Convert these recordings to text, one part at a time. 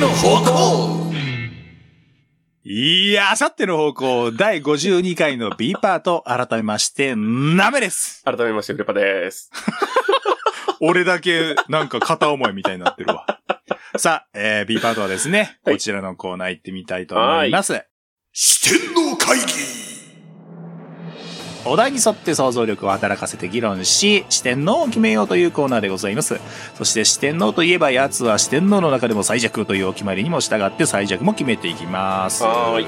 方向いや、あさっての方向、第52回の B パート、改めまして、ナメです改めまして、フレパです。俺だけ、なんか片思いみたいになってるわ。 さあ、えー、B パートはですね、はいこちらのコーナー行ってみたいと思います。四天王会議お題に沿って想像力を働かせて議論し、四天王を決めようというコーナーでございます。そして四天王といえば、奴は四天王の中でも最弱というお決まりにも従って最弱も決めていきます。はーい。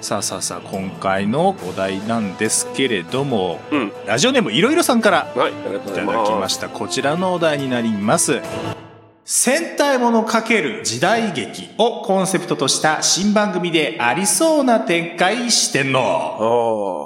さあさあさあ、今回のお題なんですけれども、うん。ラジオネームいろいろさんからはい、ありがとうごいざいたます。だきました。こちらのお題になります。戦隊もの×時代劇をコンセプトとした新番組でありそうな展開してんの。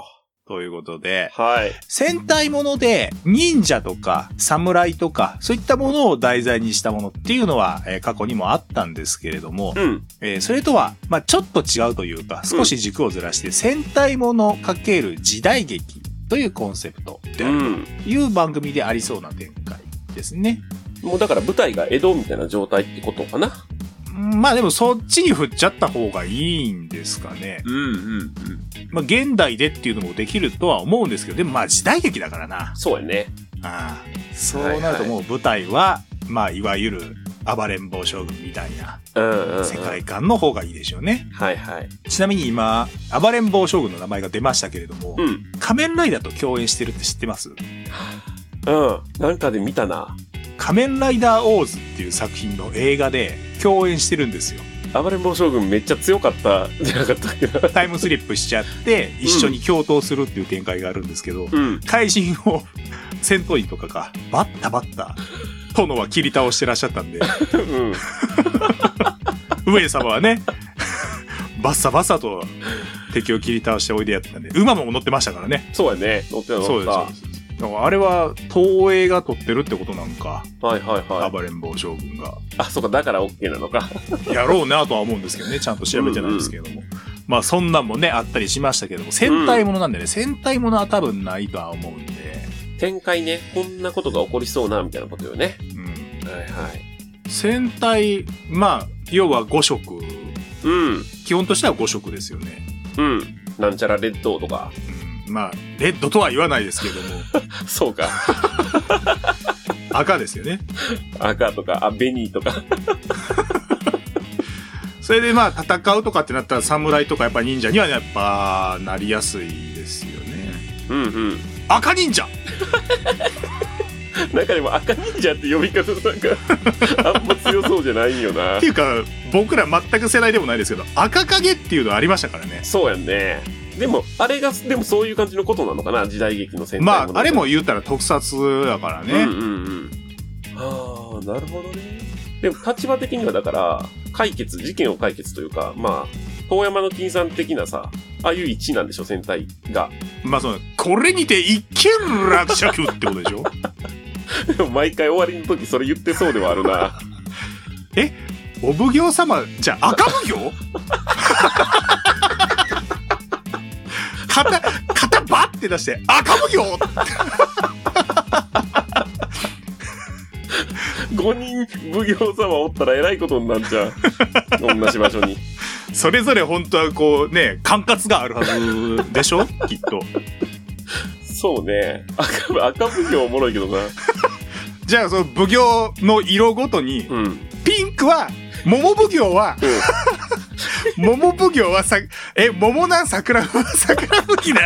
あということで、あ。はい。戦隊もので忍者とか侍とかそういったものを題材にしたものっていうのは、えー過去にもあったんですけれども、うん。えーそれとは、まあ、ちょっと違うというか少し軸をずらして戦隊もの×時代劇というコンセプトであうるん。という番組でありそうな展開ですね。もうだから舞台が江戸みたいな状態ってことかな。うんまあでもそっちに振っちゃった方がいいんですかね。うんうんうん。まあ現代でっていうのもできるとは思うんですけど、でもまあ時代劇だからな。そうやね。ああそうなるともう舞台は、まあいわゆる暴れん坊将軍みたいなうんうん、うん。世界。観の方がいいでしょうね。はいはい。ちなみに今、暴れん坊将軍の名前が出ましたけれども、うん。仮面ライダーと共演してるって知ってますうん。なんかで見たな。仮面ライダーオーズっていう作品の映画で共演してるんですよ。暴れん坊将軍めっちゃ強かったじゃなかったっけな。タイムスリップしちゃって、一緒に共闘するっていう展開があるんですけど、うん。怪人を戦闘員とかがバッタバッタ殿は切り倒してらっしゃったんでうん。上様はねバッサバッサと敵を切り倒しておいでやってたんで馬も乗ってましたからねそうやね。乗ってた乗った。そうですそうですだからあれは東映が撮ってるってことなんか、はいはいはい。暴れん坊将軍があ、そうか、だから OK なのか。やろうなとは思うんですけどねちゃんと調べてないんですけれども、まあそんなんもねあったりしましたけども戦隊ものなんでね、戦隊ものは多分ないとは思うんで展開ね、こんなことが起こりそうな、みたいなことよね。うんはいはい。戦隊まあ要は5色うん。基本としては5色ですよね、うん。なんちゃら列島とか。うん、まあレッドとは言わないですけれども そうか。赤ですよね赤とか、あ、ベニーとか。それでまあ戦うとかってなったら侍とかやっぱ忍者にはやっぱなりやすいですよねうんうん。赤忍者中でも赤忍者って呼び方なんか、あんま強そうじゃないよなって。いうか僕ら全く世代でもないですけど赤影っていうのありましたからねそうやんね。でも、あれが、でもそういう感じのことなのかな、時代劇の戦隊まあのあれも言ったら特撮だからね、うんうんうん。ああ、なるほどね。でも立場的にはだから、解決、事件を解決というか、まあ、遠山の金さん的なさ、ああいう位置なんでしょ、戦隊が。 まあそのこれにて一見落着ってことで しょでも毎回終わりの時それ言ってそうではあるな。お奉行様じゃあ赤奉行 肩肩バッて出して赤奉行5人奉行様おったらえらいことになっちゃう。同じ場所に。それぞれ本当はこうね管轄があるはずでし ょきっとそうね。赤、赤奉行おもろいけどな。じゃあその奉行の色ごとにうん。ピンクは桃奉行は桃奉行はさえ桃なん桜桜吹きな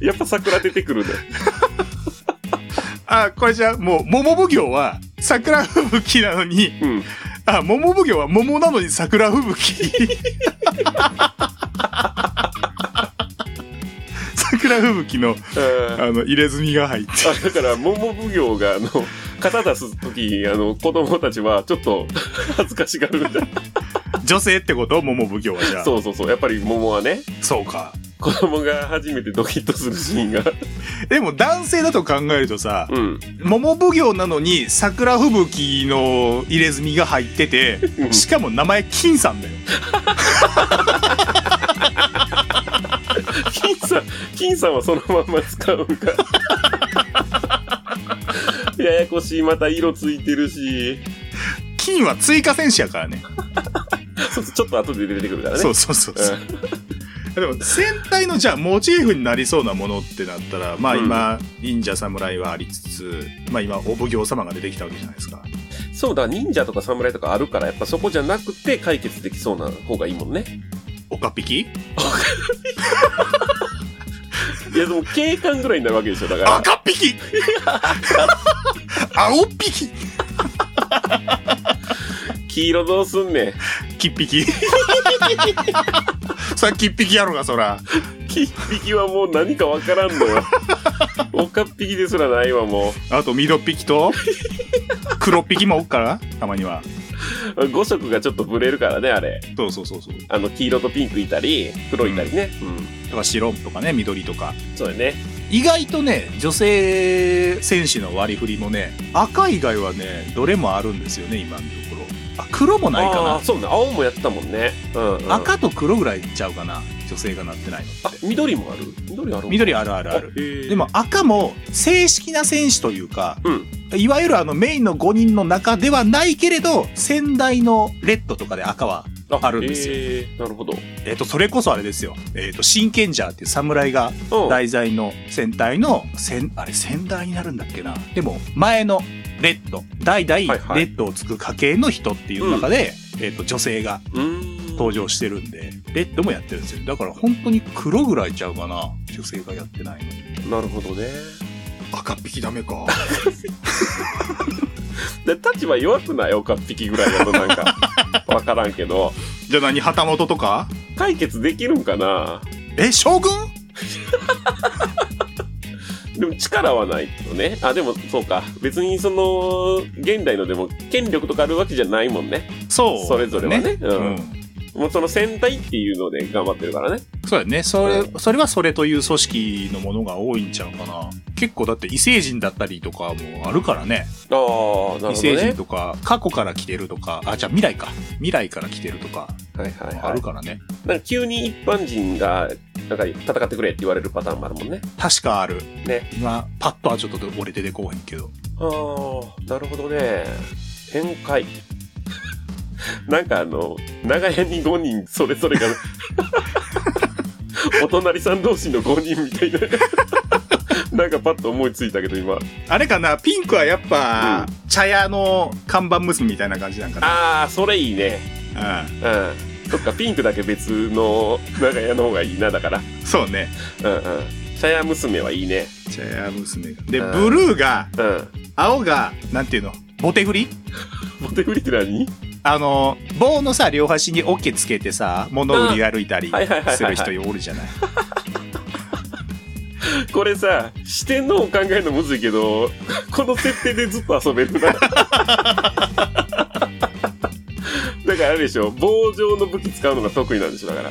やっぱ桜出てくるね。あこれじゃあもう桃奉行は桜吹雪なのにうん。あ桃奉行は桃なのに桜吹雪 桜吹雪うのんあの入れ墨が入ってあだから、桃奉行が、あの、肩出すとき、あの、子供たちは、ちょっと、恥ずかしがるみたい女性ってこと桃奉行はじゃな。あそうそうそう。やっぱり桃はね、そうか子供が初めてドキッとするシーンが。でも男性だと考えるとさ、うん。桃奉行なのに桜吹雪の入れ墨が入ってて、うんしかも名前金さんだよ。金さん、金さんはそのまんま使うんか。ややこしい、また色ついてるし。金は追加戦士やからね。そう そうちょっと後で出てくるからね。そうそうそうそう。でも戦隊のじゃあモチーフになりそうなものってなったらまあ今、忍者侍はありつつまあ今お奉行様が出てきたわけじゃないですかうんそうだ、忍者とか侍とかあるから、やっぱそこじゃなくて解決できそうな方がいいもんね。オカピキいや、でも警官ぐらいになるわけですよ、だから。赤ピキ青ピキ黄色どうすんねん。キッピキそりゃキッピキやろがそら金引きはもう何かわからんのよ。おかっぴきですらないわ、もあと緑ピキと黒ピキもおっからたまにはう。5色がちょっとブレるからね、あれ。そうそうそうそうあの、黄色とピンクいたり、黒いたりね。うん。だから白とかね緑とかそうだね。意外とね女性選手の割り振りもね赤以外はねどれもあるんですよね今のところあ黒もないあーかそうね。青もやったもんね。うん、うん。な赤と黒ぐらいちゃうかな女性がなってないのあ、緑もある緑ある緑あるあるあるるでも、赤も正式な選手というか、うんいわゆるあのメインの5人の中ではないけれど先代のレッドとかで赤はああるんですよえーなるほど。えっ、とそれこそあれですよえっ、と真剣ジャーっていう侍がうん。題材の戦隊の先あれ先代になるんだっけなでも前のレッド代々レはいはいッドをつく家系の人っていう中で、えっと女性がうーん。登場してるんでレッドもやってるんですよだから本当に黒ぐらいちゃうかな女性がやってないなるほどね。の赤っ引きダメかで、立場弱くないおかっぴきぐらいだとなん か、わからんけど。 じゃあ何旗本とか解決できるんかなえ将軍でも力はないけどね。あ、でもそうか。別にその、現代のでも権力とかあるわけじゃないもんね。そうそれぞれはね。う。うんんもうその戦隊っていうので頑張ってるからね。そうだねそれ、うそれはそれという組織のものが多いんちゃうかな結構だって異星人だったりとかもあるからねああ、な異星人。とか、過去から来てるとか、あ、じゃあ未来か。未来から来てるとか、はいはいあはるい。からね。なんか急に一般人が、なんか戦ってくれって言われるパターンもあるもんね。確かある。ね。今、パッとはちょっと俺出てこうへんけど。ああ、なるほどね。展開。 なんかあの、長屋に5人それぞれが、 お隣さん同士の5人みたいな。 なんかパッと思いついたけど今。あれかな、ピンクはやっぱ、茶屋の看板娘みたいな感じなんかああ、それいいね。な。ううん。そっか、ピンクだけ別の長屋の方がいいな、だから。ん。そうね。うんうん。茶屋娘はいいね。茶屋娘が。で、うんブルーが、うん。青が、なんていうのボテ振りボテ振りって何あの、棒のさ、両端にオッケつけてさ、物売り歩いたりはいはいはいはいする人おるじゃない。これさ、視点のを考えるのむずいけど、この設定でずっと遊べるな。だ からあれでしょ、棒状の武器使うのが得意なんでしょ、だか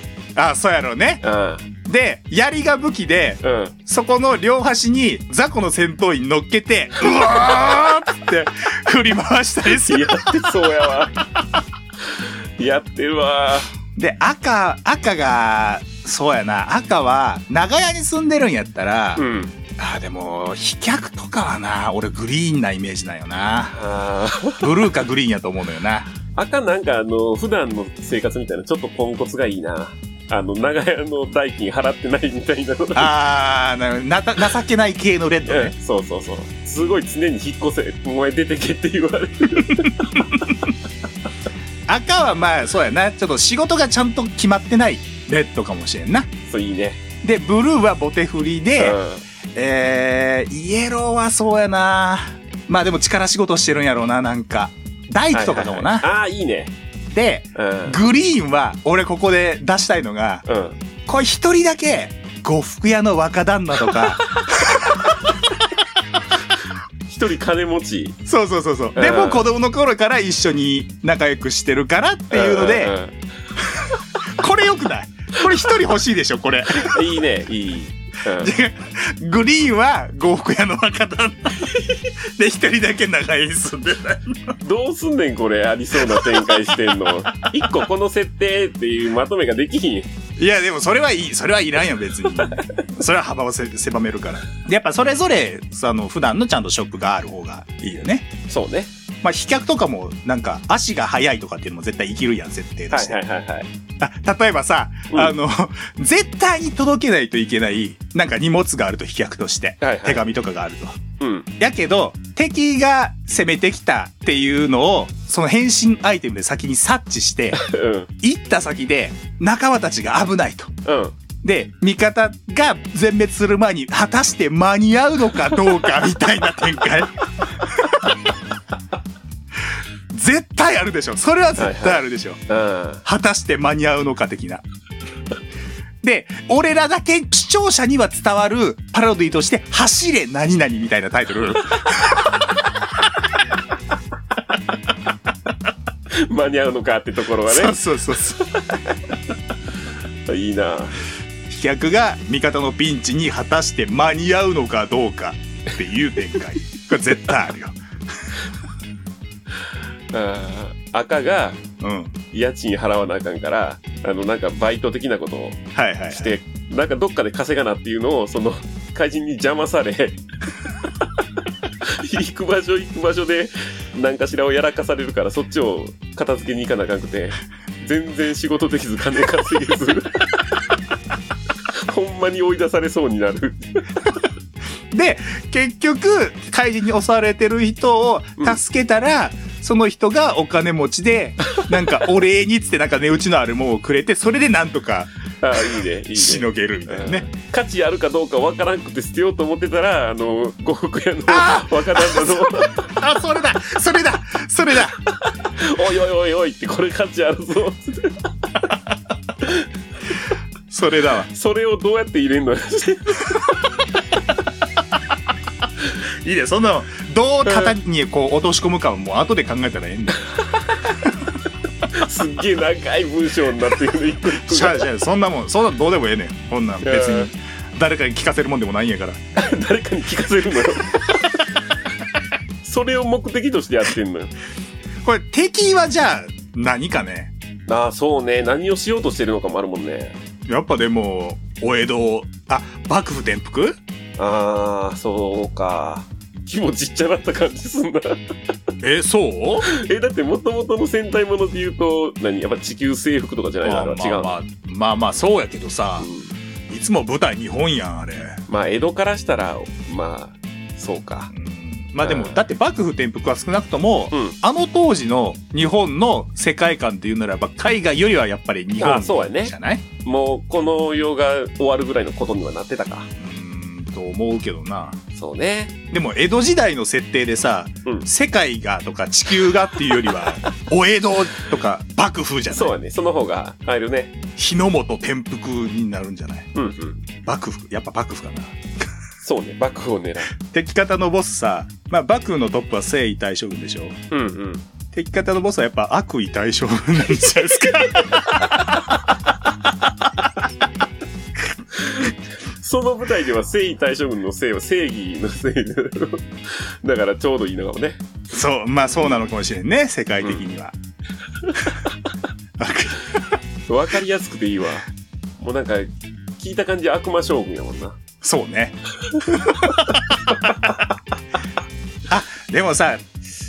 あ、そうやろうね。ら。で、槍が武器で、うん。うん。そこの両端に雑魚の戦闘員乗っけて、うわーって振り回したりする。やってそうやわ。 やってるわ。で、赤、赤が、そうやな、赤は、長屋に住んでるんやったら、うん。あーでも、飛脚とかはな、俺グリーンなイメージなんよな。あーブルーかグリーンやと思うのよな。赤なんかあの、普段の生活みたいな、ちょっとポンコツがいいな。あの、長屋の代金払ってないみたいな。あーな、な、情けない系のレッドうねん。そうそうそう。すごい常に引っ越せ、お前出てけって言われる。赤はまあ、そうやな、ちょっと仕事がちゃんと決まってないレッドかもしれんな。そう、いいね。で、ブルーはボテ振りで、うんえー、イエローはそうやなまあでも力仕事してるんやろうな、なんか。大工とかのもはな。いはいはいああ、いいね。で、うん。グリーンは、俺ここで出したいのが、うん。これ一人だけ、呉服屋の若旦那とか、一人金持ち。そうそうそうそう。でうもん子供の頃から一緒に仲良くしてるからっていうのんで、んこれ良くないこれ一人欲しいでしょ、これ。うんいいね、いい。うんグリーンは呉服屋の若旦那。で、一人だけ長屋に住んでない。どうすんねん、これ。ありそうな展開して んの。一個この設定っていうまとめができひん。いや、でもそれはいい、それはいらんよ、別 に。それは幅をせ狭めるから。やっぱそれぞれ、その、普段のちゃんとショップがある方がいいよね。そうね。まあ、飛脚とかも、なんか、足が速いとかっていうのも絶対生きるやん、設定として。はいはいはい。あ例えばさ、うんあの、 絶対に届けないといけない、なんか荷物があると飛脚として。はいは手い。紙とかがあると。うん。やけど、敵が攻めてきたっていうのを、その変身アイテムで先に察 知して、うん。行った先で、仲間たちが危ないと。うん。で、味方が全滅する前に、果たして間に合うのかどうか、みたいな展開。絶対あるでしょ。それは絶対あるでしょ。あ果たして間に合うのか的な。で、俺らだけ視聴者には伝わるパロディとして、走れ何々みたいなタイトル。ー間に合うのかってところがそうね。そうそうそう。いいな飛脚が味方のピンチに果たして間に合うのかどうかっていう展開。これ絶対あるよ。あー赤がうん。家賃払わなあかんから、あの、なんかバイト的なことをはいはい、はい。して、なんかどっかで稼がなっていうのを、そ の、怪人に邪魔され、行く場所行く場所で、何かしらをやらかされるから、そっちを片付けに行かなあかんくて、全然仕事できず金稼げず、 ほんまに追い出されそうになる。で、結局、怪人に襲われてる人を助けたら、その人がお金持ち で、なんかお礼にっつってなんか値打ちのあるもんをくれて、それでなんとかああ、いいね、いいしね。のげるみたいなね。価値あるかどうかわからんくて捨てようと思ってたら、あの、呉服屋のあ若旦 那の、あ、それだそれだそれだおいおいおいおいってこれ価値あるぞ。それだわ。それをどうやって入れんのいいね、そんなの、どう型にこう落とし込むかはもう後で考えたらええんだよ。すっげえ長い文章になってるね、一個一し個がゃあしゃあそんなもん、そんなんどうでもええねん。こんなん別うにん。誰かに聞かせるもんでもないんやから。 誰かに聞かせるのよ。それを目的としてやってんのよ。これ、敵はじゃあ、何かね。ああ、そうね。何をしようとしてるのかもあるもんね。やっぱでも、お江戸を、あ、幕府転覆ああ、そうか。気もちっちゃなった感じすんな。 え、そうえ、だって元々の戦隊もので言うと、何やっぱ地球征服とかじゃないのあれは違うまの。あまあ、まあまあそうやけどさう、んいつも舞台日本やん、あれ。まあ、江戸からしたら、まあ、そうか。うんまあでも、うんだって幕府転覆は少なくとも、うん。あの当時の日本の世界観っていうならば、海外よりはやっぱり日あ本あ、そうやねじ。ゃないもう、この世が終わるぐらいのことにはなってたか。うーん、と思うけどな。そうね。でも、江戸時代の設定でさ、うん世界がとか地球がっていうよ りは、お江戸とか幕府じゃないそうやね。その方が入るね。日の本転覆になるんじゃないうんうん。幕府、やっぱ幕府かな。そうね。幕府を狙う。敵方のボスさ、まあ、幕府のトップは征夷大将軍でしょうんうん。敵方のボスはやっぱ悪意大将軍なんじゃないです かその舞台では正義大将軍の正は正義の正義 だからちょうどいいのかもね。そう、まあそうなのかもしれんね、世界的には。悪意わかりやすくていいわ。もうなんか、聞いた感じ悪魔将軍やもんな。そうね。 あ、でもさ、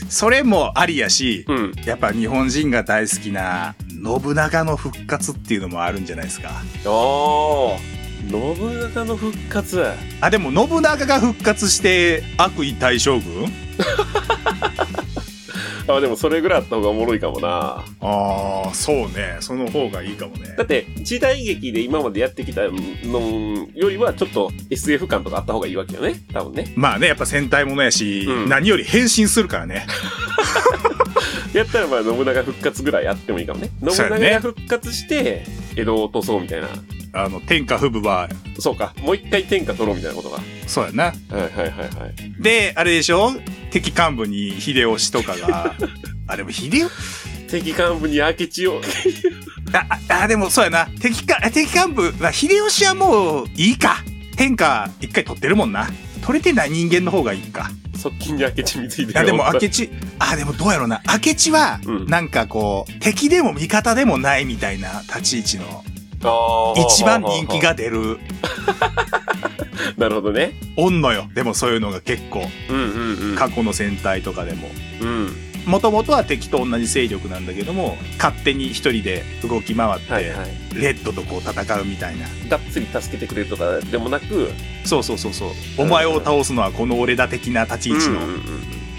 それもありやし、うん。やっぱ日本人が大好きな信長の復活っていうのもあるんじゃないですか。おー。信長の復活。あ、でも信長が復活して悪意大将軍あ、でもそれぐらいあった方がおもろいかもな。ああ、そうね。その方がいいかもねだって、時代劇で今までやってきたのよりは、ちょっと SF 感とかあった方がいいわけよね。多分ね。まあね、やっぱ戦隊ものやし、うん何より変身するか らね。やったらまあ信長復活ぐらいやってもいいかもね。そう信や長ねが復活して、江戸を落とそうみたいな。あの、天下不武は、そうか。もう一回天下取ろうみたいなことが。そうやな。はいはいはいはい。で、あれでしょ敵幹部に秀吉と かが、あ、でも秀吉敵幹部に明智を。 あ、あ、あでもそうやな。敵か、あ敵幹部、まあ秀吉はもういいか。天下一回取ってるもんな。取れてない人間の方がいいか。側近に明智光い秀や、が。でも明智、あ、でもどうやろうな。明智は、うんなんかこう、敵でも味方でもないみたいな立ち位置の、あー一番人気。が出る、なるほどね。おんのよ。でもそういうのが結構。うんうんうん。過去の戦隊とかでも。うん。もともとは敵と同じ勢力なんだけども勝手に一人で動き回って、はいはい。レッドとこう戦うみたいながっつり助けてくれるとかでもなく、そうそうそうそうお前を倒すのはこの俺だ的な立ち位置の、うんうん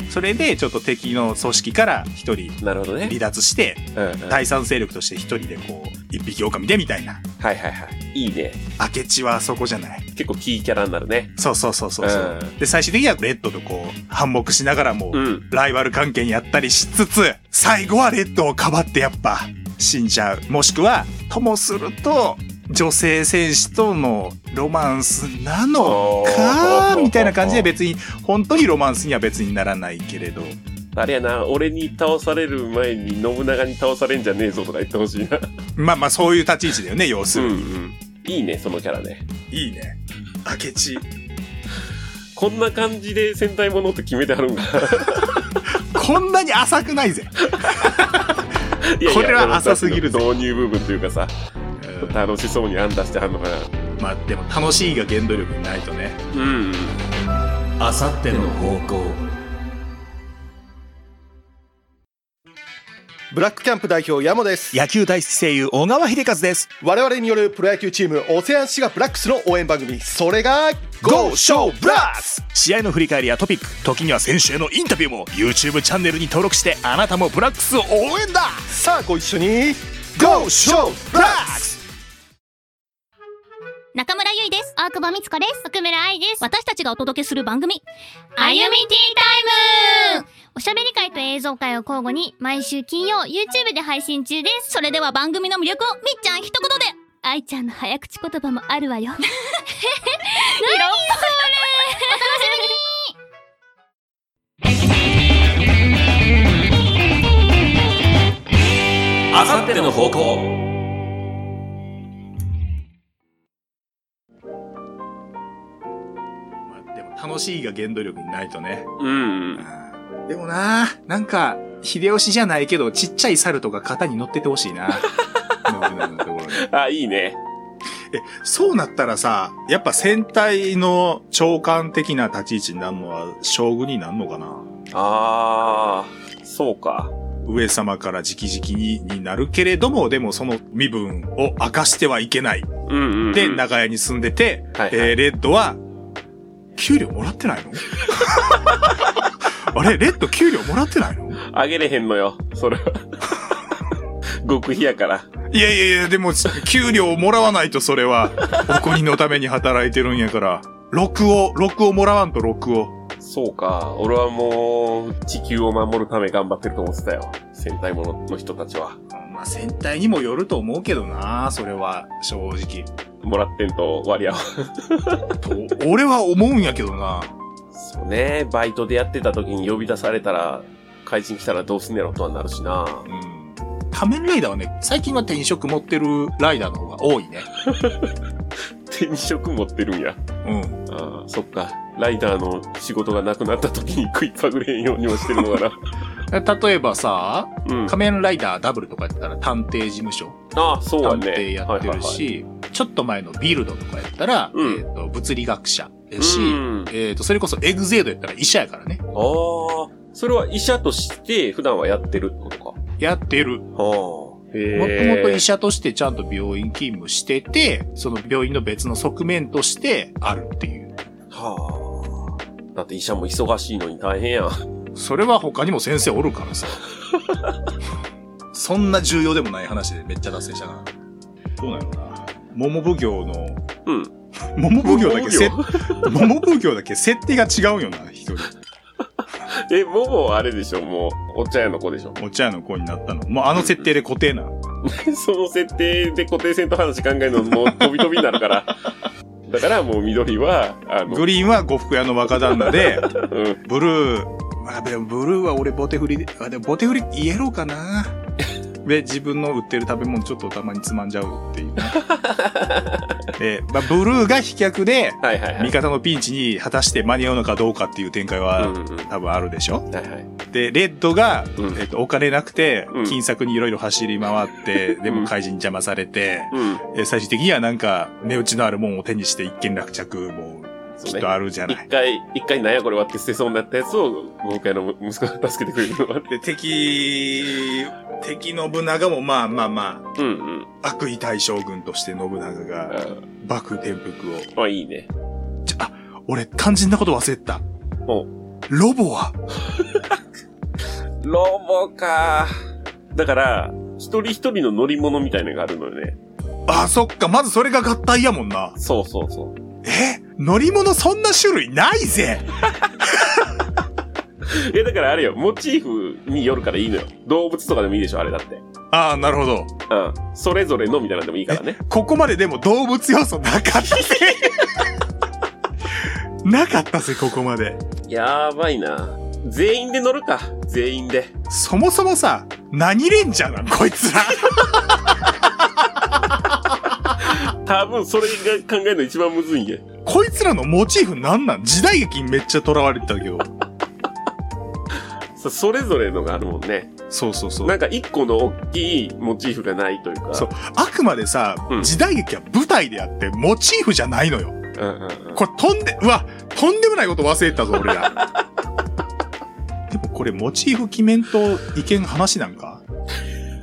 それでちょっと敵の組織から一人うんなるほどね。離脱してうんうんはい第三勢力として一人でこう一匹狼でみたいなはいはい。いいね。明智はそこじゃない結構キーキャラになるね。そうそうそうそうそう、うんで最終的にはレッドとこう反目しながらも、うん。ライバル関係にあったりしつつ最後はレッドをかばってやっぱ死んじゃうもしくはともすると女性戦士とのロマンスなのかみたいな感じで別に本当にロマンスには別にならないけれどあれやな、俺に倒される前に信長に倒されんじゃねえぞとか言ってほしいな。まあまあそういう立ち位置だよね要すうるんうに、ん。いいね、そのキャラね。いいね明智こんな感じで戦隊ものって決めてあるん か。こんなに浅くないぜ、いやいやこれは浅すぎるぜ導入部分というかさ、楽しそうに案出してはんのかな。まあでも楽しいが原動力にないとねうん。あさっての方向ブラックキャンプ代表ヤモです野球大好き声優小川秀和です我々によるプロ野球チームオセアンシガブラックスの応援番組それが GO SHOW BLAST! 試合の振り返りやトピック時には選手へのインタビューも YouTube チャンネルに登録してあなたもブラックスを応援ださあご一緒に GO SHOW BLAST! 中村ゆいです。大久保美津子です。奥村愛です。私たちがお届けする番組、あゆみティータイムおしゃべり会と映像会を交互に毎週金曜 YouTube で配信中です。それでは番組の魅力をみっちゃん一言で愛ちゃんの早口言葉もあるわよ。 何それお楽しみにあさっての方向でも楽しいが原動力にないとねうん。でもななんか秀吉じゃないけどちっちゃい猿とか型に乗っててほしいな 信長のところにあ、いいね。えそうなったらさやっぱ戦隊の長官的な立ち位置になるのは将軍になるのかなあー、そうか。上様から直々にになるけれども、でもその身分を明かしてはいけない。うんうん、うん。で、長屋に住んでて、はいはいえーレッドは、給料もらってないの あれレッド給料もらってないのあげれへんのよ、それは。 極秘やから。いやいやいや、でも、給料をもらわないとそれは、お国のために働いてるんやから、録を、録をもらわんと録を。そうか。俺はもう、地球を守るため頑張ってると思ってたよ。戦隊ものの人たちは。まあ、戦隊にもよると思うけどな、それは、正直。もらってんと割り合わん。と俺は思うんやけどな。そうね。バイトでやってた時に呼び出されたら、怪人来たらどうすんねやろとはなるしな。うん仮面ライダーはね、最近は転職持ってるライダーの方が多いね。転職持ってるんや。うん。ああ、そっか。ライダーの仕事がなくなった時に食いっぱぐれへんようにもしてるの か例えばさ、な。うん。仮面ライダーダブルとかやったら探偵事務所、ああ、そうは探ね。偵やってるはいし、ちょっと前のビルドとかやったら、うんえっと、物理学者やはいし、はい、うん。えっと、それこそエグゼードやったら医者やからね。ああ、それは医者として普段はやってるってことか。はやってる。もあ。もともと医者としてちゃんと病院勤務してて、その病院の別の側面としてあるっていう。はあ。だって医者も忙しいのに大変やん。それは他にも先生おるか らさ。そんな重要でもない話でめっちゃ脱線したな。どうなのかな。桃奉行の、うん。桃奉行だけせ、もも桃奉行だけ設定が違うよな、一人。え、ももはあれでしょもう、お茶屋の子でしょ お茶屋の子になったの。もうあの設定で固定な。その設定で固定戦と話考えるのもう飛び飛びになるから。 だからもう緑は、あの、グリーンは呉服屋の若旦那 で、うん。ブルー、あ、でもブルーは俺ボテフリで、あ、でもボテフリイエローかな。で、自分の売ってる食べ物ちょっとたまにつまんじゃうって いうね。えまあ、ブルーが飛脚で、はいはいは味い。方のピンチに果たして間に合うのかどうかっていう展開うは、んうん多分あるでしょはいはい。で、レッドが、うんえっと、お金なくてうん、金策にいろいろ走り回って、でうんも怪人に邪魔されて、うん。え最終的にはなんか、値打ちのあるもんを手にして一件落着、もう、つきをっねと。あるじゃな一い。回、一回なんやこれ割って捨てそうになったやつを、今回の息子が助けてくれるのがあって。 で、敵、敵信長もまあまあまうんうん。あ、悪意大将軍として信長あがー幕府転覆を。まあいいね。ちょあ、俺肝心なこと忘れてた。おロボはロボか。だから、一人一人の乗り物みたいなのがあるのよね。あ、そっか、まずそれが合体やもんな。そうそうそう。え乗り物そんな種類ないぜ いや、だからあれよ、モチーフによるからいいのよ。動物とかでもいいでしょ、あれだって。ああ、なるほど。うん。それぞれのみたいなのでもいいからね。ここまででも動物要素なかったぜ。なかったぜ、ここまで。やばいな。全員で乗るか。全員で。そもそもさ、何レンジャーなのこいつら。多分それが考えるの一番むずいんや。こいつらのモチーフなんなん時代劇にめっちゃ囚われてたけど。さそれぞれのがあるもんね。そうそうそなんう。か一個の大きいモチーフがないというか。そう。あくまでさ、うん時代劇は舞台であって、モチーフじゃないのよ。うんうんうん。これとんで、うわ、とんでもないこと忘れてたぞ、俺ら。でもこれ、モチーフ決めんといけん話なんか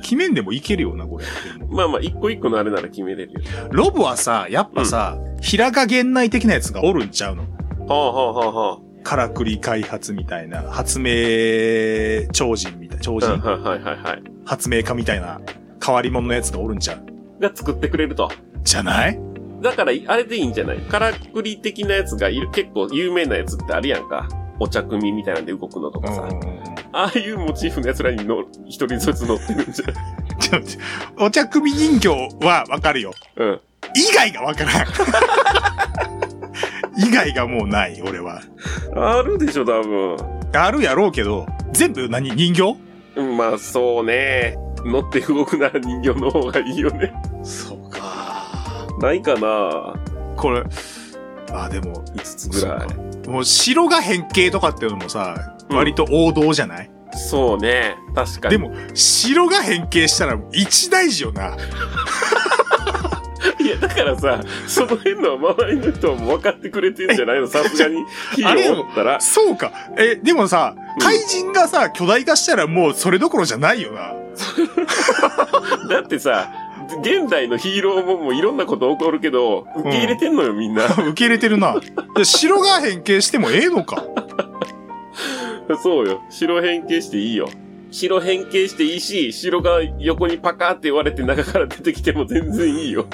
決めんでもいけるよな、これ。でもまあまあ、一個一個のあれなら決めれるよ。ロボはさ、やっぱさ、平賀源内的なやつがおるんちゃうのはあはあはあはからくり開発みたいな、発明超人みたいな、あ。超う人、んはいはいはいはい。発明家みたいな、変わり者のやつがおるんちゃうが作ってくれると。じゃないだから、あれでいいんじゃないからくり的なやつがいる、結構有名なやつってあるやんか。お茶組みたいなんで動くのとかさ。ああいうモチーフのやつらにの一人ずつ乗ってるんじゃないちょっと お茶組人形はわかるよ。うん。以外がわからん。 以外がもうない、俺は。あるでしょ、多分。あるやろうけど、全部何人形うんまあ、そうね。乗って動くなら人形の方がいいよね。そうか。ないかなこれ、あ、でも、 ?5 つぐらい。もう城が変形とかっていうのもさ、うん割と王道じゃない、そうね。確かに。でも、城が変形したら一大事 よな。いや、だからさ、その辺の周りの人はもう分かってくれてんじゃないのさすがに。火 あれを折ったら。そうか。え、でもさ、うん怪人がさ、巨大化したらもうそれどころじゃないよな。だってさ、現代のヒーローももういろんなこと起こるけど、受け入れてんのよ、みんな。 受け入れてるな。で城が変形してもええのか。そうよ。白変形していいよ。白変形していいし、白が横にパカーって割れて中から出てきても全然いいよ。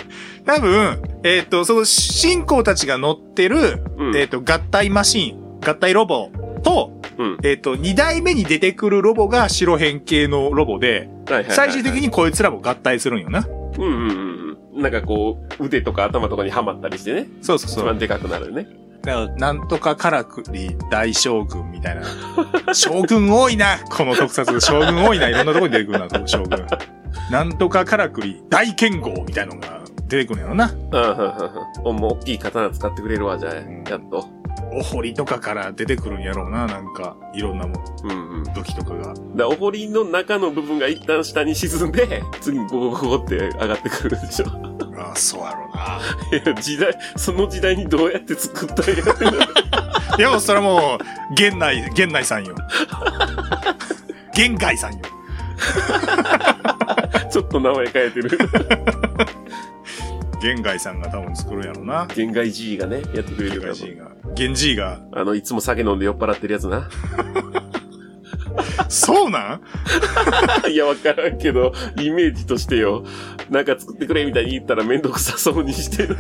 多分、えっ、と、その、信仰たちが乗ってる、うん。えっ、と、合体マシン、合体ロボと、うん。えっ、と、二代目に出てくるロボが白変形のロボで、はいはいはいはい最終的。にこいつらも合体するんよな。うんうんうんうん。なんかこう、腕とか頭とかにはまったりしてね。そうそう一そう。番でかくなるよね。だからなんとかからくり大将軍みたいな。将軍多いな、この特撮。将軍多いな、いろんなとこに出てくるな、この将軍。なんとかからくり大剣豪みたいなのが出てくるんやろな。うんうんうんうん。もう大きい刀使ってくれるわ、じゃあ、んやっと。お堀とかから出てくるんやろうな、なんか、いろんなもんうんうん。武器とかが。だお堀の中の部分が一旦下に沈んで、次にゴゴゴゴって上がってくるでしょ。ああ、そうやろうな。いや、時代、その時代にどうやって作ったんやって なるいや、それはもう、源内、源内さんよ。源外さんよ。ちょっと名前変えて る。源外さんが多分作るんやろうな。限界 G がね、やってくれるか源ら。氏が。源氏が。あの、いつも酒飲んで酔っ払ってるやつ な。そうなんいや、わからんけど、イメージとしてよ。なんか作ってくれみたいに言ったらめんどくさそうにして る。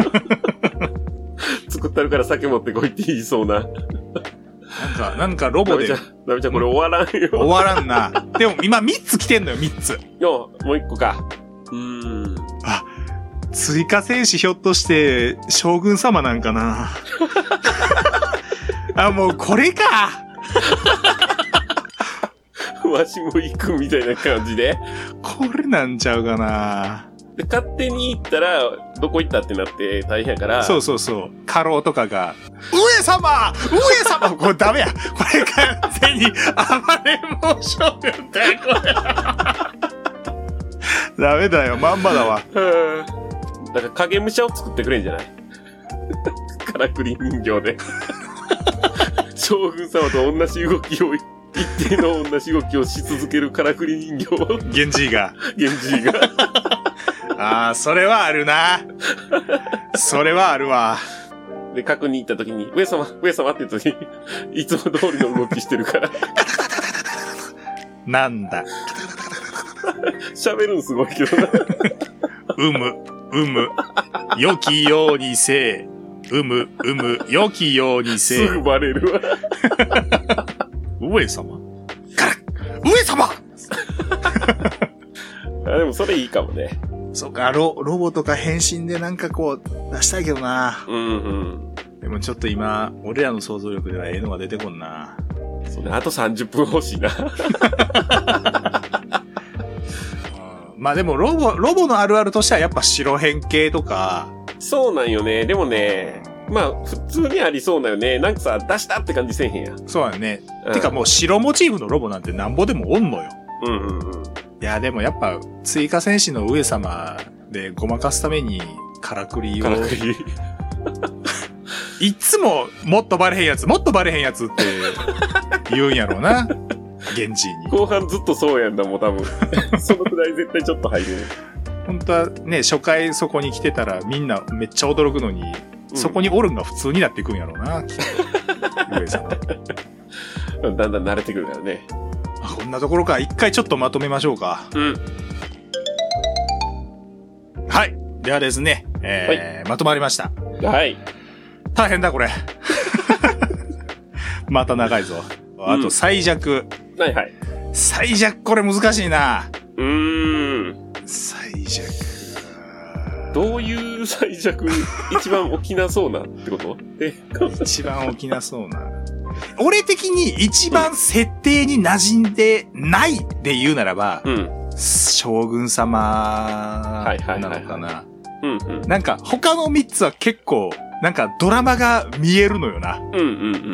作ったるから酒持ってこいって言いそうな。なんか、なんかロダボメでちゃん、ダメちゃん、これ終わらんよ。終わらんな。でも今3つ来てんのよ、3つ。よ、もう一個か。うーん。追加戦士ひょっとして、将軍様なんか な。あ、もうこれか。わしも行くみたいな感じで。これなんちゃうかな。で、勝手に行ったら、どこ行ったってなって大変やから。そうそうそう。家老とかが、上様上様これダメや。これ完全に暴れん坊将軍だよ、これ。ダメだよ、まんまだわ。 うん。だから影武者を作ってくれんじゃないからくり人形で。 将軍様と同じ動きを、一定の同じ動きをし続けるからくり人形を、源氏が。源氏が。 ああ、それはあるな。それはあるわ。で、確認行った時に、上様、上様って言った時に、いつも通りの動きしてるから、なんだ。喋るんすごいけどな。うむ、うむ。良きようにせえ。うむ、うむ。良きようにせすえ。ぐバレるわ。上様上様あでもそれいいかもね。そうか、ロ、ロボとか変身でなんかこう、出したいけどな。うんうん。でもちょっと今、俺らの想像力ではええのが出てこんな。そうね、あと30分欲しいな。 うんまあでも、ロボ、ロボのあるあるとしてはやっぱ白変形とか、そうなんよね。でもね、まあ、普通にありそうだよね。なんかさ、出したって感じせえへんや。そうだね。うんてかもう白モチーフのロボなんてなんぼでもおんのよ。うんうんうん。いや、でもやっぱ、追加戦士の上様でごまかすために、からくりをか、らくり。いつも、もっとバレへんやつ、もっとバレへんやつって、言うんやろうな。 現地 に。後半ずっとそうやんだもん、 多分。そのくらい絶対ちょっと入る。本当はね、初回そこに来てたらみんなめっちゃ驚くのに、うんそこにおるんが普通になっていくんやろうな、きっと上様。だんだん慣れてくるからね。あこんなところか。一回ちょっとまとめましょうか。うん。はい。ではですね、えーまとまりました。はい。大変だ、これ。 また長いぞ。あうと、ん最弱。はいはい。最弱、これ難しいな。うーん。最弱。どういう最弱、一番起きなそうなってことえ、一番起きなそうな。俺的に一番設定に馴染んでないで言うならば、うん。将軍様いはいはいはいなのかな。うんうん。なんか他の3つは結構、なんかドラマが見えるのよな。うんうんう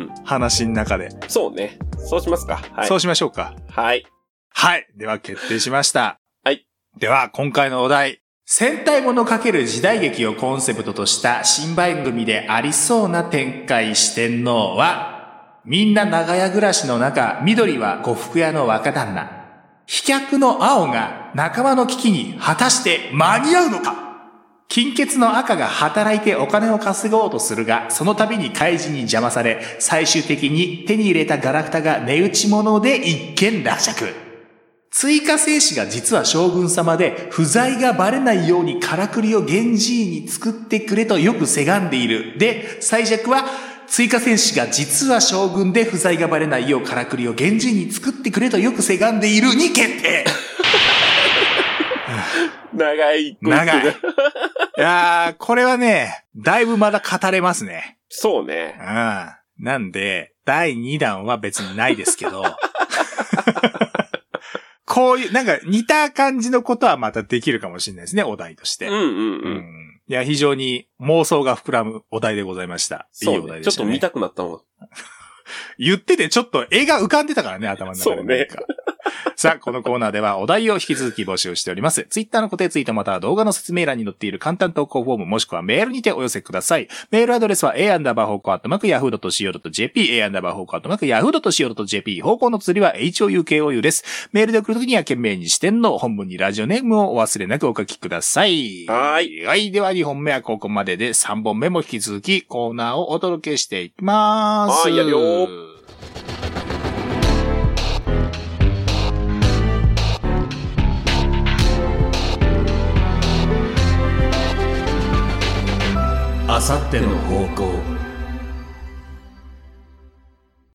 ん。話の中で。そうね。そうしますか。はい。そうしましょうか。はい。はい。では決定しました。はい。では今回のお題。戦隊もの×時代劇をコンセプトとした新番組でありそうな展開四天王は、みんな長屋暮らしの中、緑は呉服屋の若旦那。飛脚の青が仲間の危機に果たして間に合うのか金欠の赤が働いてお金を稼ごうとするが、その度に怪人に邪魔され、最終的に手に入れたガラクタが値打ち物で一件落着。追加戦士が実は将軍様で、不在がバレないようにからくりを源氏に作ってくれとよくせがんでいる。で、最弱は、追加戦士が実は将軍で不在がバレないようからくりを源氏に作ってくれとよくせがんでいるに決定長い。長い。いやー、これはね、だいぶまだ語れますね。そううね。ん。なんで、第2弾は別にないですけ ど。こういう、なんか似た感じのことはまたできるかもしれないですね、お題としうて。んうんううん。んいや、非常に妄想が膨らむお題でございました。いいそうお題ね。でちょしったとね。見たくなったもん。言っててちょっと絵が浮かんでたからね、頭の中そでうねなんか。さあ、このコーナーではお題を引き続き募集しております。ツイッターの固定ツイートまたは動画の説明欄に載っている簡単投稿フォームもしくはメールにてお寄せください。メールアドレスは a アンダーバー方向アットマーク yahoo.co.jp、a アンダーバー方向アットマーク yahoo.co.jp、方向の釣りは houkou です。メールで送るときには懸命に視点の本文にラジオネームをお忘れなくお書きください。はーい。はい。では2本目はここまでで3本目も引き続きコーナーをお届けしていきます。はいやるよあさっての方向